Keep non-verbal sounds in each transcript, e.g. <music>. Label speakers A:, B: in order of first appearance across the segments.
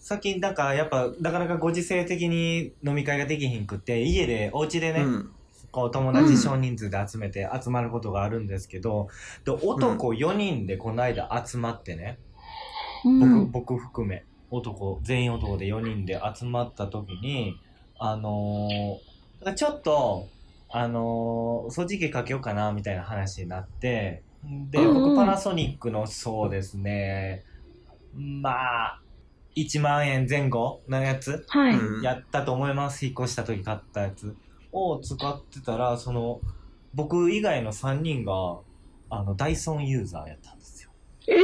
A: 最近なんかやっぱなかなかご時世的に飲み会ができひんくって家でお家でね、
B: うん
A: こう友達少人数で集めて集まることがあるんですけど、で男4人でこの間集まってね、
C: うんうん
A: 僕僕含め男全員男で4人で集まった時にあのーなんかちょっとあのー掃除機かけようかなみたいな話になってで
B: うん
C: うん
A: 僕パナソニックのそうですねまあ1万円前後のやつ
C: はい。
B: うん
A: やったと思います引っ越した時買ったやつを使ってたらその僕以外の3人があのダイソンユーザーやったんですよ。
C: え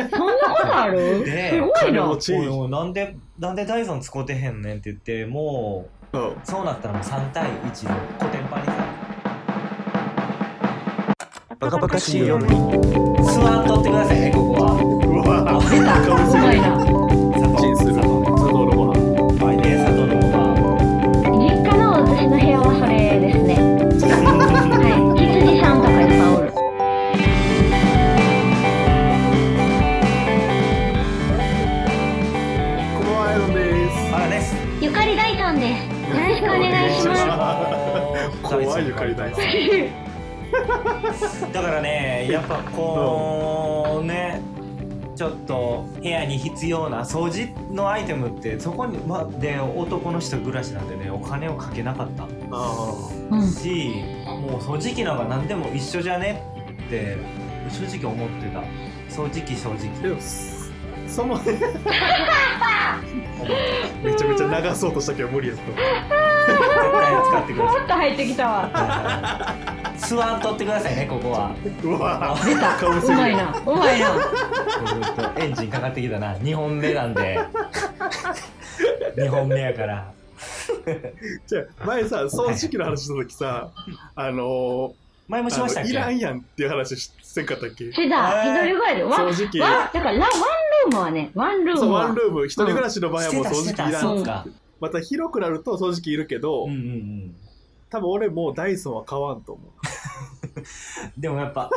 C: えそんなことある
A: です
C: ごい
B: 金
C: な
B: 持。ち
A: おいおいなんでなんでダイソン使うてへんねんって言っても
B: そう
A: うそうなったらもう3対1のコテンパンにさ
B: バカバカしいよみ
A: 座っとってくださいねここは
B: うわ
A: あ変な
C: すごいな。
A: 佐
B: チンする
A: 佐藤
B: 佐藤のご飯
A: バイデン佐藤のご飯
C: 実家の私の部屋はそれですね。はい。羊さんとかいっぱいおる。
B: このアイロンです
A: あらです
C: ゆかり大さんです。よろしくお願いします。
B: 怖いよ借りたいです
A: だからねやっぱこうねちょっと部屋に必要な掃除のアイテムってそこに、ま、で男の人暮らしなんでねお金をかけなかった
B: あ
C: うん。
A: し、もう掃除機なんか何でも一緒じゃねって正直思ってた掃除機正直
B: あでもその <laughs> めちゃめちゃ流そうとしたけど無理やった
A: 絶対使ってください
C: っと入ってきたわ。
A: はい
B: <laughs>
A: 座っとってくださいねここは
B: うわ
A: 出
B: たかぶ
C: うまいな。うまいな。
A: ずっとエンジンかかってきたな2本目なんで2本目やから
B: じゃあ前さ掃除機の話した時さあの
A: 前もしました
B: ー
A: っ
B: い
A: け
B: らんやんっていう話しせんかったっけ
C: せだ、
A: えー
C: 一人ぐらいで。わ、わ、
B: 掃除機
C: だから、ラワンルームはね、ワンルー
B: そう
C: ム
B: ワ
C: は
B: ン。ルーム一人暮らしの場合はもう掃除
A: して
B: 機
A: た
B: い
A: してた
B: らん
A: そうか
B: また広くなると掃除機いるけど、
A: うんうんうん
B: 多分俺もうダイソンは買わんと思う
A: でもやっぱ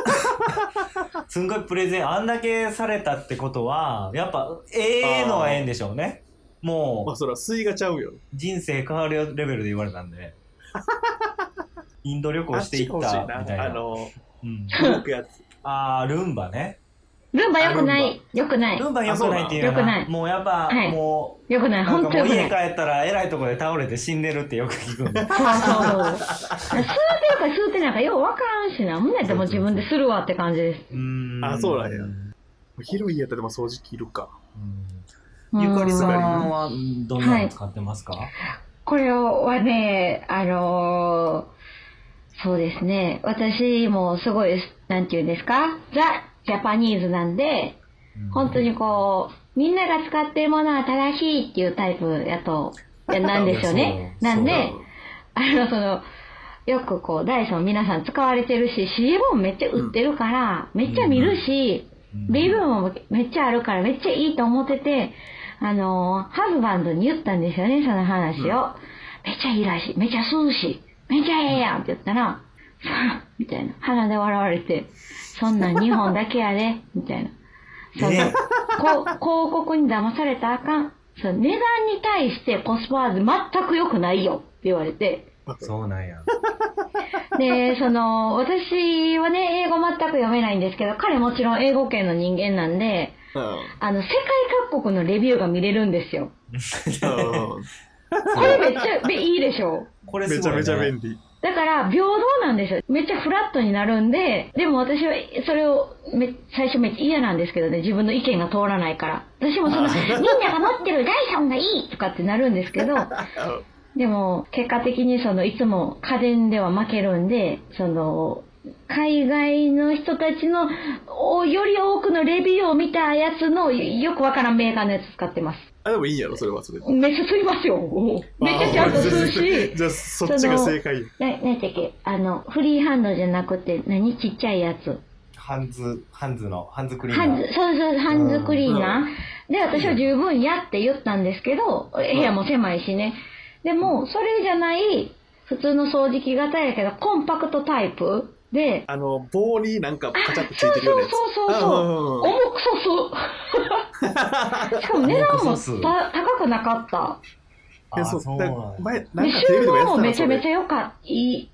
A: すんごいプレゼンあんだけされたってことはやっぱええのはええんでしょうねもう
B: まあそれは吸いがちゃうよ
A: 人生変わるよレベルで言われたん
B: <laughs>
A: でインド旅行していった
B: あ
A: み
B: っちが
A: た
B: 欲
A: い
B: し
A: な
B: いなあの
A: うん、
B: 動くやつ
A: あールンバね
C: ルンバ良くな
B: あル
C: い。良くない
A: ル。ンバ良くないっていうの
C: あそうなの良く
A: は
C: ない
A: もうやっぱ、
C: はい
A: もう
C: 良くない。
A: なん
C: 本
A: かも
C: 当良
A: う
C: く
A: 家
C: ない
A: 帰。ったらえらいとこで倒れて死んでるってよく聞くん
B: <laughs>
A: で
C: そうそうそう。吸うてるか吸うてないかようわからんしな。ほんなんやったらもう自分でするわって感じです。
A: うーん
B: あそうなんや
A: ん
B: 広い家やったらでも掃除機いるか
C: うん
A: ゆかりさんはどんなの使ってますか、
C: これはね、あのーそうですね。私もすごい、なんていうんですかザ・ジャパニーズなんで、
A: うん
C: 本当にこう、みんなが使ってるものは正しいっていうタイプやと、いやなんですよね。
A: いや
C: な
A: そうんそう
C: で、あの、その、よくこう、ダイソン皆さん使われてるし、CM もめっちゃ売ってるから、めっちゃ見るし、
A: うん
C: ビームもめっちゃあるから、めっちゃいいと思ってて、あのーハズバンドに言ったんですよね、その話を。
B: うん
C: めっちゃいいらしい。めっちゃ涼しい。めっちゃええやんって言ったら、 <laughs> みたいな。鼻で笑われて、そんなん日本だけやで、みたいな。そんな
A: ね
C: こう広告に騙されたらあかん。その値段に対してコスパは全く良くないよって言われて。
A: そうなんや
C: で、その、私はね、英語全く読めないんですけど、彼もちろん英語圏の人間なんで、
B: う
C: あの、世界各国のレビューが見れるんですよ。
B: んうん
C: これめっちゃめいいでしょ
A: これす
B: め
A: ご
B: ち
A: い、
B: ゃ
A: ね、
B: めちゃ便利
C: だから、平等なんですよ。めっちゃフラットになるんで、でも私は、それをめ、最初めっちゃ嫌なんですけどね、自分の意見が通らないから。私もその、みんなが持ってるダイソンがいいとかってなるんですけど、でも、結果的にその、いつも家電では負けるんで、その、海外の人たちの、おより多くのレビューを見たやつの、よくわからんメーカーのやつ使ってます。
B: あでもいいんやろそれはそれで
C: めっちゃ吸いますよ。めっちゃちゃんと吸うし。
B: じゃあそっちが正解
C: な、なんやったっけあの、フリーハンドじゃなくて、何ちっちゃいやつ。
A: ハンズハンズのハンズクリーナ
C: ハ
A: ー
C: ンズ、そうそう、ハンズクリーナー。で、私は十分やって言ったんですけど、部屋も狭いしね。でも、それじゃない、普通の掃除機型やけど、コンパクトタイプで、
B: あの、棒になんかカチャってついてるようなやつ。
C: そうそうそうそう重くそ
A: <laughs>
C: そう。しかも値段もた高くなかった。
B: あ
A: あ
B: そう
A: そう
B: だ
A: なんや
B: 前、なん
C: で
B: かテレビ
C: 収
B: でもやって
C: 納
B: た
C: も
B: な
C: めちゃめち
B: そ
C: ゃ
B: れ
C: 良かった。いい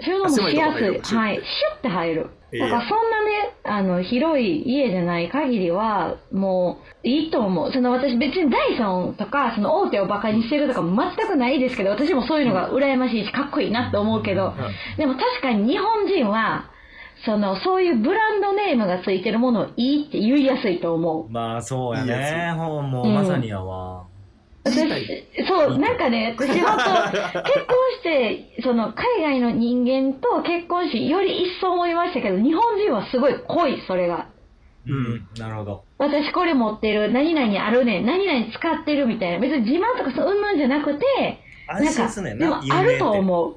C: 収納もしやす
B: あ狭
C: い。
B: いとこ入るシュッて
C: はい。シュッて入る。
B: ええ
C: だからそんなね、あの、広い家じゃない限りは、もう、いいと思う。その私別にダイソンとか、その大手をバカにしてるとかも全くないですけど、私もそういうのが羨ましいし、かっこいいなと思うけど、でも確かに日本人は、その、そういうブランドネームがついてるものをいいって言いやすいと思う。
A: まあそうや
B: いいや
A: ねほんもう
C: うん
A: まさにやわ、
C: 私そうなんかね私はと結婚してその海外の人間と結婚しより一層思いましたけど日本人はすごい濃いそれが
B: うん
A: なるほど
C: 私これ持ってる何々あるねん何々使ってるみたいな別に自慢とかそううんぬんじゃなくて
A: 安
C: なん
A: 心
C: か
A: すんねん
C: で
A: な
C: もあると
A: う
C: 思う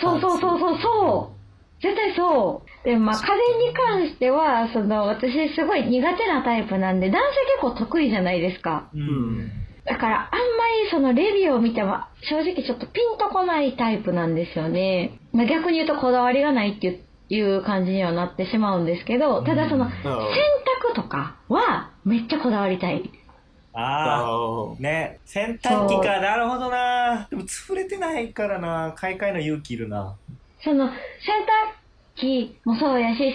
C: そうそうそうそうそう絶対そうでまあ家電に関してはその私すごい苦手なタイプなんで男性結構得意じゃないですか
A: う
B: うん
A: ん
C: だからあんまりそのレビューを見ても正直ちょっとピンとこないタイプなんですよね。まあ、逆に言うとこだわりがないっていういう感じにはなってしまうんですけど、ただその
A: うん
C: 洗濯とかはめっちゃこだわりたい。
A: ああ
B: あ
A: ね洗濯機かなるほどなでも潰れてないからな買い替えの勇気いるな
C: その洗濯機もそうやし、洗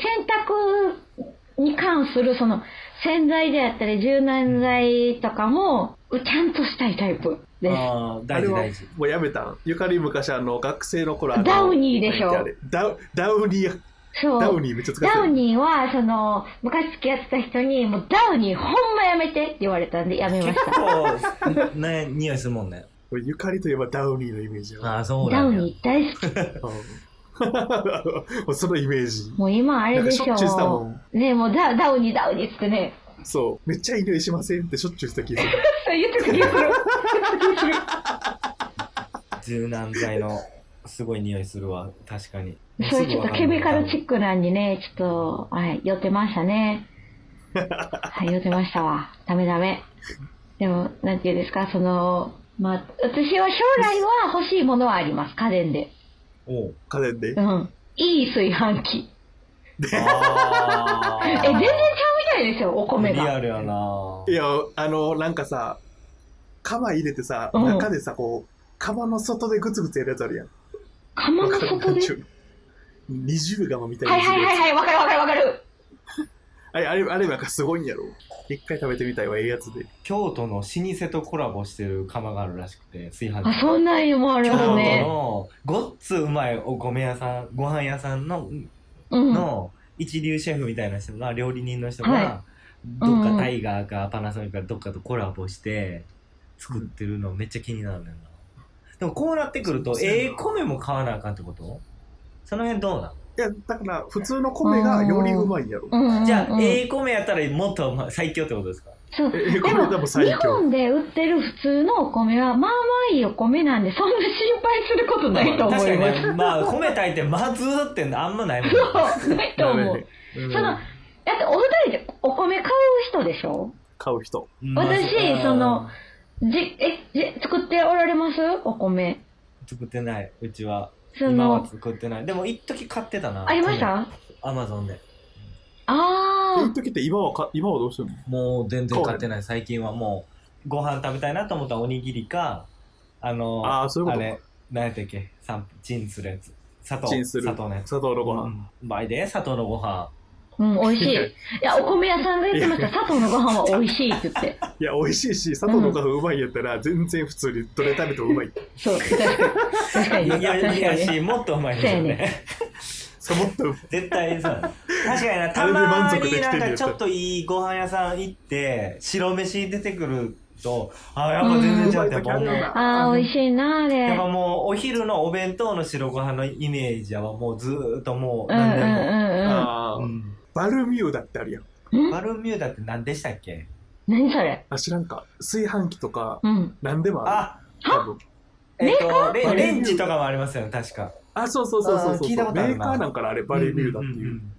C: 濯に関するその洗剤であったり柔軟剤とかもちゃんとしたいタイプです。
A: ああ
B: あ
A: 大
B: れ
A: 事
B: は
A: 大事
B: もうやめたんゆかり昔あの学生の頃あの
C: ダウニーでしょ
B: なんてあれダウダウニー
C: そう。
B: ダウニーめっちゃ使ってた
C: ダウニーは、その、昔付き合ってた人に、もうダウニーほんまやめてって言われたんで、やめまし
A: 結
C: た。
A: 構ね <laughs> 匂いするもんね
B: これゆかりといえばダウニーのイメージよ
A: ああそう
C: ダ
A: だ
C: ウ
A: ね
C: ニー大好き。
B: <laughs> うんそのイメージ
C: もう今あれでし
B: なんかしょっちゅうしたも
C: ょ。ねえもうダダウニーダウニーっつってね、
B: そうめっちゃいい匂いしませんってしょっちゅうした気がする
C: そう言ってた気がする。
A: 柔軟剤のすごい匂いするわ確かに
C: <laughs> そういうちょっとケミカルチックなんにね、ちょっと、はい、寄ってましたね。はい、寄ってましたわ。ダメダメ。でも、なんていうんですか、その、まあ、私は将来は欲しいものはあります、家電で。
A: おう
B: 家電で
C: うん。いい炊飯器。
A: あ
C: <laughs> え、
A: ー
C: 全然ちゃうみたいですよ、お米
A: リ
C: が。
A: アルやない
B: やあのなんかさ釜入れてさ
C: うん
B: 中でさこう釜の外でグツグツやるやつあるやん
C: 釜の外で。
B: 二重釜みたいな
C: はいはいはいはい、わかるわかるわかる。
B: あれあれあれなんかすごいんやろ一回食べてみたいわええやつで
A: 京都の老舗とコラボしてる釜があるらしくて炊飯器
C: あ、そんなんもある
A: 京
C: の
A: 都
C: ね。
A: のごっつうまいお米屋さんご飯屋さんの
C: うん。は
A: の一流シェフみたいな人が料理人の人
C: は
A: がどっ
C: うんう
A: か
C: ん
A: タイガーかパナソニックかどっかとコラボして作ってるのめっちゃ気になるねんなでもこうなってくると
B: そうやな
A: ええ米も買わなあかんってことその辺どうなの
B: いやだから普通の米がよりうまいんやろ
C: うんうんうん
A: じゃあ、ええ米やったらもっとま最強ってことですか
C: そう。
B: ええ
C: で
B: これ多分
C: も、
B: 最
C: 日
B: 強
C: 本で売ってる普通のお米は、まあまあいいお米なんで、そんな心配することないと思
A: 確か
C: い
A: に
C: ます。
A: ね、まあ、米炊いてまずーってあんまないもんね。
C: そう、ないと思
B: ダ
C: う
B: メ。ね
A: うん
C: <laughs> その、だってお二人でお米買う人でしょ
B: 買う人
C: 私
A: まあ
C: その、じ、え、じ、作っておられますお米。
A: 作ってない、うちは。
C: そ
A: 今は
C: の、
A: 作ってない。でも、一時買ってたな。
C: ありました
A: アマゾンで。
C: あ
B: え
C: ー
B: い。時って今はか今はどうしてるの
A: もう全然買ってない。最近はもう、ご飯食べたいなと思ったらおにぎりか、あの、
B: ああそういう
A: あ
B: こと
A: れ、何やったっけさんチンするやつ。砂糖。
B: チンする
A: 砂糖のやつ。
B: 砂糖のご飯、
A: うんうまいで、砂糖のご飯。
C: うん、美味
B: <laughs>
C: しい。いや、お米屋さんが言ってました。佐藤のご飯は美味しいって言って。
B: いや美味しいし砂糖のご飯うまいんやったら全然普通にどれ食べてもうまい
C: そう、確かに。確かに。
A: いや、
C: 確
A: い
C: か
A: やいや
C: にね。
A: し、もっとうまいですよ
C: そうや
A: ね。
B: サボった
A: 絶対そう確かにな
B: あ
A: た
B: れで満
A: ま
B: 足できて
A: に
B: る
A: なんかちょっといいご飯屋さん行って白飯出てくるとあやっぱ全然違うってやっぱ思う
B: うん
A: や
C: ああ、美味しいな、あ
A: っ
C: れ。
A: ぱもうお昼のお弁当の白ご飯のイメージはもうずーっともう
C: うんうん
A: 何でも、
C: うんうん。
B: あー
A: うん
B: バルミューダってあるやん
A: バルミューダって何でしたっけ
C: 何それ
B: あ知らんか炊飯器とか
C: うん。
B: 何でもある
A: あ
B: 多分
A: えっとレ
B: バルミューダ
A: レンジとかもありますよね確か
B: あそうそうそうそう
A: あー
B: そう
A: 聞いたことあ
B: メ
A: る
B: ー
A: な
B: カーなんからあれバルミューダっていう,、
A: んんん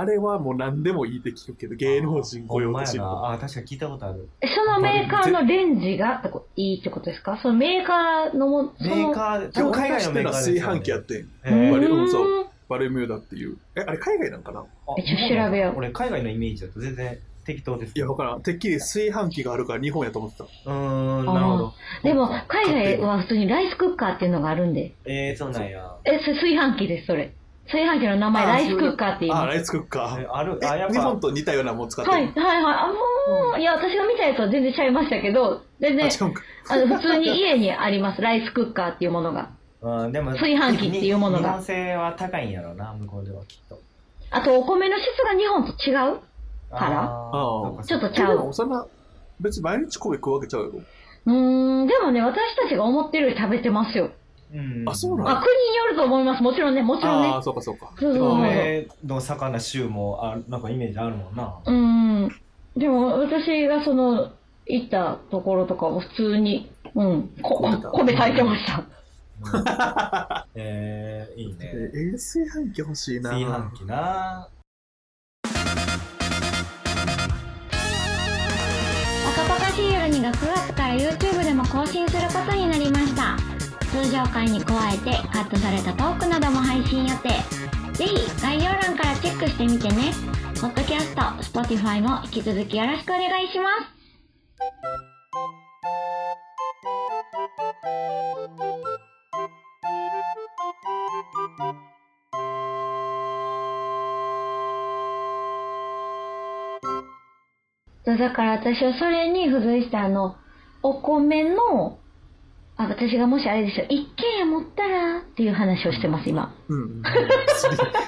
B: あれはもう何でもいいって聞くけど芸能人御用達
A: ほんまや
B: の
A: なあ確か聞いたことある
C: そのメーカーのレンジがってこいいってことですかそのメーカーのも、そ
A: メー
C: の、
A: カー多
B: 今
A: 分
B: 日
A: 海
B: 海
A: 外
B: 外
A: のメ
B: のメ
A: ー
B: ー
A: カー
B: カ
A: ですよね
B: ー炊飯器やってん
A: えー
B: 割と
C: うーん
B: そうバルミューダっていう。え、あれ海外なんかな
C: めっちゃ調べよう
A: 俺、海外のイメージだと全然適当です。
B: いや、わからん。てっきり炊飯器があるから日本やと思ってた。
A: うーん、なるほど。
C: でも、海外は普通にライスクッカーっていうのがあるんで。
A: えー、そうなんや。
C: え、それ炊飯器です、それ。炊飯器の名前、
B: あー
C: ライスクッカーって言い
B: あ、
C: ま
B: ラ
C: す。
B: イスクッカ
A: え
B: ー。
A: ある、あ、やっ
B: え、日
A: ぱ
B: 本、と似たようなもん使って
C: はい、
B: る。
C: はい、はい。あ、もう、いや、私が見たやつは全然ちゃいましたけど、全
B: あ、
C: 然、
B: 違うんか。
C: あの、普通に家にあります、ライスクッカーっていうものが。
A: うん、でも、
C: 炊飯器っていうものが
A: 日本製は高いんやろな、向こうではきっと。
C: あと、お米の質が日本と違うから
A: あ
B: あー
A: ーそうか
C: ちょっとち
B: で
C: ゃう
B: も、そんな、別に毎日米食うわけちゃうよ。
C: うーん、でもね、私たちが思ってるより食べてますよ。
A: うん
B: あそうなの
C: あ、国によると思います。もちろんね、もちろんね
B: ああ、。そうかそうか。
C: そうそうそう
A: 米の魚臭もあなんかイメージあるもんな。
C: うーん。でも、私がその、行ったところとかも普通に、うん、こ
B: 食べた
C: 米炊いてました。
A: うんえー、いい
B: え
A: ね。
B: ー、炊飯器欲しいな。
A: 炊飯器な。
C: パカパカしい夜にが9月から YouTube でも更新することになりました通常回に加えてカットされたトークなども配信予定ぜひ概要欄からチェックしてみてねポッドキャスト Spotify も引き続きよろしくお願いしますそうだから私はそれに付随したあのお米のあ私がもしあれですよ一軒家持ったらっていう話をしてます今
B: うんうん。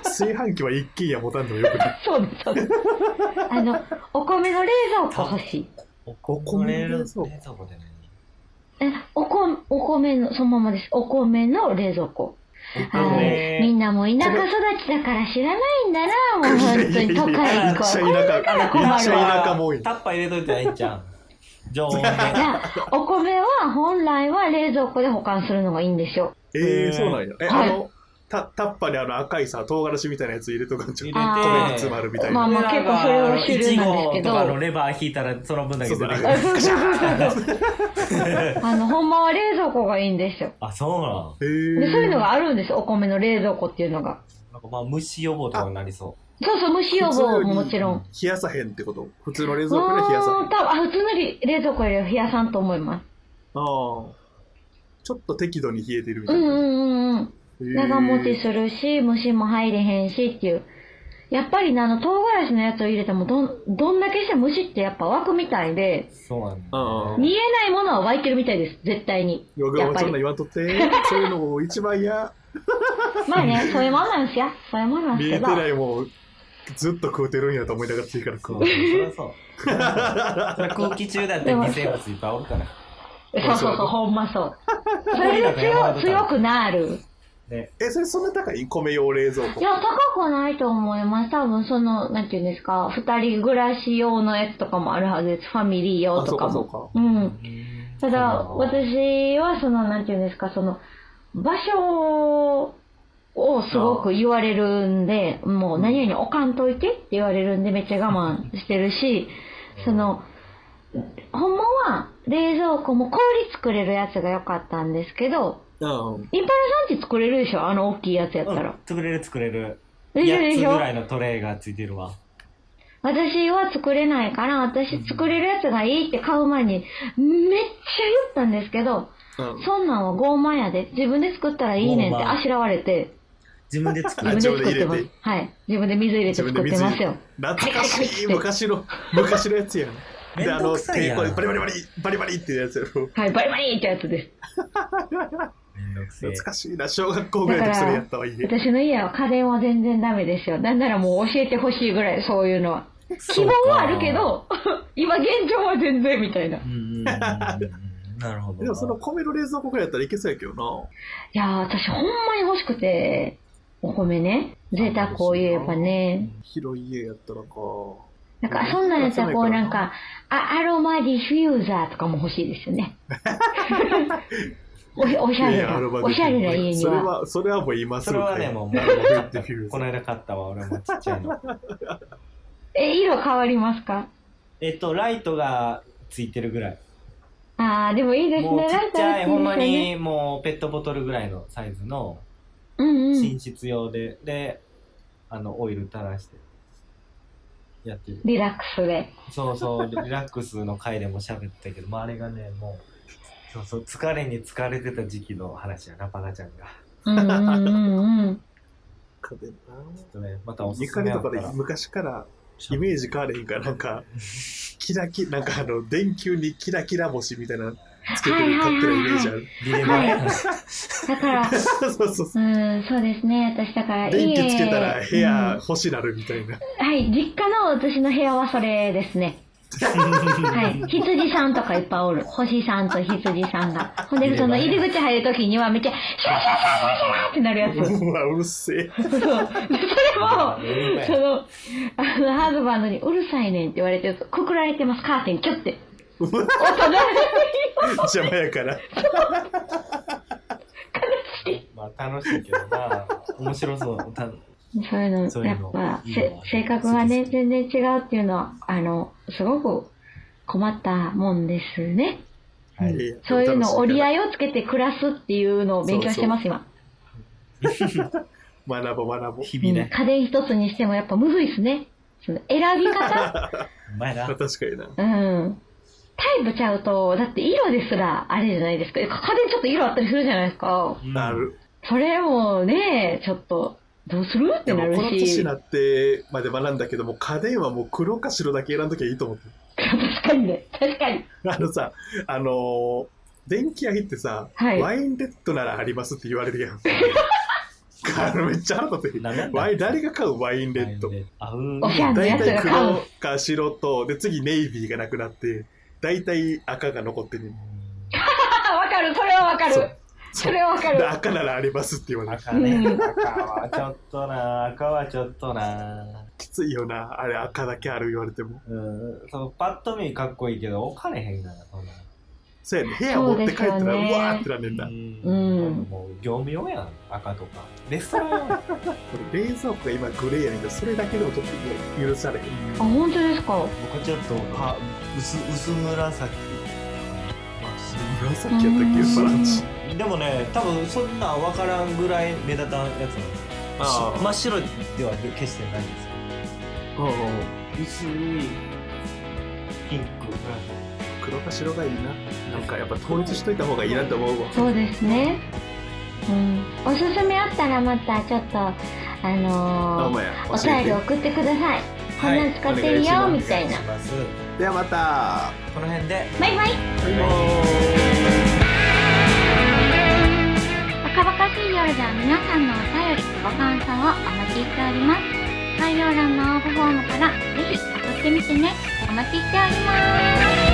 B: 炊飯器は一軒家持たんでもよくない。
C: そうですそうです <laughs> あのお米の冷蔵庫欲しい
A: お
B: 米冷
A: 冷
B: 蔵庫
A: 蔵庫で
C: えおこお米のそのままですお米の冷蔵庫
A: 何
B: の
C: はいみんなもう田舎育ちだから知らないんだなもう本当に都会
B: め
C: に
B: っ
C: こ
B: ち
C: う
B: ゃ田舎、
C: こん
B: め
C: な
B: っち
C: の
B: ゃ田舎も多い。
A: タッパー入れといたらいいんじゃん。常温で。
C: いやお米は本来は冷蔵庫で保管するのがいいんですよ
B: ええー、そうなんや。え、
C: はい
B: あの、たタッパにあの赤いさ、唐辛子みたいなやつ入れとかんちゃう。
C: あー
B: 米に詰まるみたい
C: まあ
B: な。
C: まあ結構それを主流なんですけ
A: いちごとかの
C: ど
A: レバー引いたらその分だけ
B: そう
A: 出て
B: そう
A: く
B: なん
A: る。
B: かガシャーン
C: あのほんまは冷蔵庫がいいんですよ
A: あ、そうなん。
B: え
C: でそういうの
B: ー、
C: があるんですお米の冷蔵庫っていうのが
A: なんかまあ虫予防とかになりそ
C: そうそう虫予防ももちろん
B: 冷やさへんってこと普通の冷
C: う
B: 蔵庫では冷やさへ
C: ー
B: ん
C: ん。多分あ普通の冷蔵庫よりは冷やさんと思います
B: ああ。ちょっと適度に冷えてるみ
C: う
B: たい
C: んう
B: な。
C: んうんうん
B: へー
C: 長持ちするし、虫も入れへんしっていう。やっぱりね、あの、唐辛子のやつを入れても、どん、どんだけしても虫ってやっぱ湧くみたいで
A: う。、そうなん
B: あ
A: だ、
C: 見えないものは湧いてるみたいです、絶対に。
B: よく
C: やっぱ
B: そんな
C: り。
B: 言わんとって。そういうのを一番や、
C: まあね、そういうもんなんですよ。そういうもんなんで
B: 見
C: す
B: え
C: け
B: て
C: ど。
B: ないもん、ずっと食うてるんやと思いながら次から食
A: そうう。そ。りゃそう。 <laughs> そりゃ空気中だって微生物いっぱいおるから。
C: そうそうそう、 <laughs> ほんま
B: <laughs>
C: そう。それで強強くなる。
A: ね。
B: え、それそんな高い米用冷蔵庫
C: い。や、高くはないと思います。多分、その、なんていうんですか、二人暮らし用のやつとかもあるはずです。ファミリー
B: あ、
C: 用
B: そ
C: と
B: う
C: か
B: かそ
C: も。
B: うか。
C: うん。ただ、
A: そうなんだ、
C: 私はその、なんていうんですか、その、場所をすごく言われるんで、もう何々置かんといてって言われるんで、めっちゃ我慢してるし、その、ほんまは冷蔵庫も氷作れるやつが良かったんですけど、
B: うん。
C: インパル産地作れるでしょあの大きいやつやった
A: うん
C: ら。
A: 作れる作れる。
C: できるで
A: 8つ
C: し
A: ぐ
C: ょ
A: らいのトレイがついてるわ。
C: 私は作れないから、私作れるやつがいいって買う前に、めっちゃ言ったんですけど、
B: うん
C: そんなんは傲慢やで。自分で作ったらいいねんって
A: 傲慢
C: あしらわれて、
A: 自分で作
B: あ
C: 自
A: る。
C: 分で作ってま
B: 自分で入れ
C: す
B: て。
C: はい。自分で水入れて作ってますよ。
B: 懐かしい昔の昔のやつやん
A: めんどくさいやん
B: であの手こうバリバリバリバリバリってやつ <laughs> やろ
C: はい、バリバリってやつです。
A: めんどくせえ
B: 懐。かしいな小学校ぐらいの時それやったわ家
C: 私の家は家電は全然ダメですよ。なんならもう教えてほしいぐらい、そういうのは。希
A: 希
C: 望はあるけ。ど、 <laughs> 今現状は全然みたいな。い
A: うんうんうんうんなるほど。
B: でもその米の冷蔵庫ぐらいやったらいけそうやけどな
C: やー、私ほんまに欲しくて、お米ね。贅沢を言えばね。
B: 広い家やったらか
C: なんか、そんなんやったら、こうなんか、あアロマディフューザーとかも欲しいですよね。おしおしゃれな、おしゃれな家に
B: それ
C: は。
B: はそれはもう今す
A: そ
B: ぐ
A: れは
B: 買え
A: ね、
B: る
A: もう、
B: アロマディフューザー
A: この間買ったわ、 <laughs> 俺もちっちゃいの。
C: え、色変わりますか
A: えっと、ライトがついてるぐらい。
C: ああ、でもいいです
A: もう
C: ね。
A: ち
C: ラ
A: っ
C: イト
A: ちゃい、ほんま
C: ですね。
A: に、もうペットボトルぐらいのサイズの、
C: うんうん
A: 寝。室用で、で、あの、オイル垂らして、やってる。
C: リラックスで。
A: そうそう、リラックスの回でも喋ったけど、まあ、あれがね、もう、そうそう、疲れに疲れてた時期の話やな、パナちゃんが。
C: うんうんうんうん。
B: かで
A: ちょっとね、また
B: な
A: おす
B: ゆ
A: す
B: か
A: め
B: り
A: あ
B: と
A: った
B: からで昔からイメージ変われへんからな
A: <laughs>
B: んかキラキなんかあの電球にキラキラ星みたいなつけてる勝手なイメージある <laughs>
A: ビレバー
C: だから、
B: そうそうそう
C: うん、そうですね。私だから、
B: 電気つけたら
C: 家
B: 部屋星なるみたいな
C: うんはい、実家の私の部屋はそれで
A: <laughs>
C: すね。はい、羊さんとかいっぱいおる。星さんと羊さんが。ほんで、その入り口入るときにはめっちゃ、シャラシャラシャラシャラってな
A: <laughs>
C: るやつ。
B: うわうるせえ
C: そう。
A: うん
C: でそれも、その、あの、ハーブバンドにうるさいねんって言われてると、くくられてます、カーテンキュ
A: <laughs>
C: ッて。音が、
B: 邪魔やから
A: まあ、楽しいけどな、面白そう。た
C: そういう
A: そ
C: の、
A: うい
C: や
A: うの
C: っぱ、
A: いいの
C: せ
A: は
C: 性格が
A: 好
C: ね、
A: きで
C: 全然違うっていうのは、あの、すごく困ったもんですね。
A: はい
B: いやや
C: そういうの、折り合
B: い
C: いをつけて暮らすっていうのを勉強してます、今。
B: 学ぼう学ぼう
A: 日
C: う
A: 々
C: ん
A: ね、
C: 家電一つにしてもやっぱむずいっすね。その選び
B: <laughs>
C: 方
A: うまいな。
B: 確かにな
C: うん。タイプちゃうと、だって色ですらあれじゃないですか。家電ちょっと色あったりするじゃないですか。
B: なる
C: それもね、ちょっと、どうするって
B: で
C: な
B: も
C: る
B: この年
C: し
B: に。なってまで学んだけども家電はもう黒か白だけ選んどきゃいいと思って
C: 確かにね。確かに。
B: <laughs> あのさあのー電気屋行ってさ、
C: はい
B: ワインレッドならありますって言われるやんあのめっちゃ腹立って
A: なんだ
B: ワイン誰が買うワインレッド。
A: あうん。
C: おしゃれな
B: 大
C: やつ
B: 体
C: が買う
B: 黒。か白とで次ネイビーがなくなって大体赤が残ってる、ねん、
C: あ、わかる。それはわか
B: そ
C: る
B: う。
C: それはわか
B: で
C: る。
B: 赤ならありますって言われる
A: 赤ね、
C: うん
A: 赤はちょっとな、赤はちょっとな。
B: きついよなあれ赤だけある言われても
A: うん、そうパッと見かっこいいけど置かれへんからそんな
B: そうやね部屋持って帰ったら,、
C: そうですよね
B: わーってなんねんな、
C: うん
A: もう業務用やん赤とかレストラン
B: <laughs>
A: 用やん
B: これ冷蔵庫が今グレーやねんけどそれだけでもちょっと許されへん
C: あ、本当ですか。
A: 僕ちょっとか薄薄紫
B: 紫やったっけバランチ
A: でもね多分そんなん分からんぐらい目立たんやつなんです
B: ああ
A: 真っ白では決してないんですよ
B: うんうんうん
A: 薄いピンク紫
B: 黒か白がいいななんかやっぱ統一しといた方がいいなと思うわ
C: そうですね。うん。おすすめあったらまたちょっと、あ
B: どう
C: の
B: も
C: ー、
B: や
C: お
B: 教え
C: 便り
B: て
C: 送ってください。こん
A: はい
C: なん使ってる
B: お
C: よ、
B: 願
C: みたいな
A: し。ます
B: ではまた
A: この辺で
C: バイ
A: バ
C: バイ。
A: イバイ
C: バカバカしい夜では皆さんのお便り、ご感想をお待ちしております。概要欄の応募フォームからぜひ送ってみてね。お待ちしております。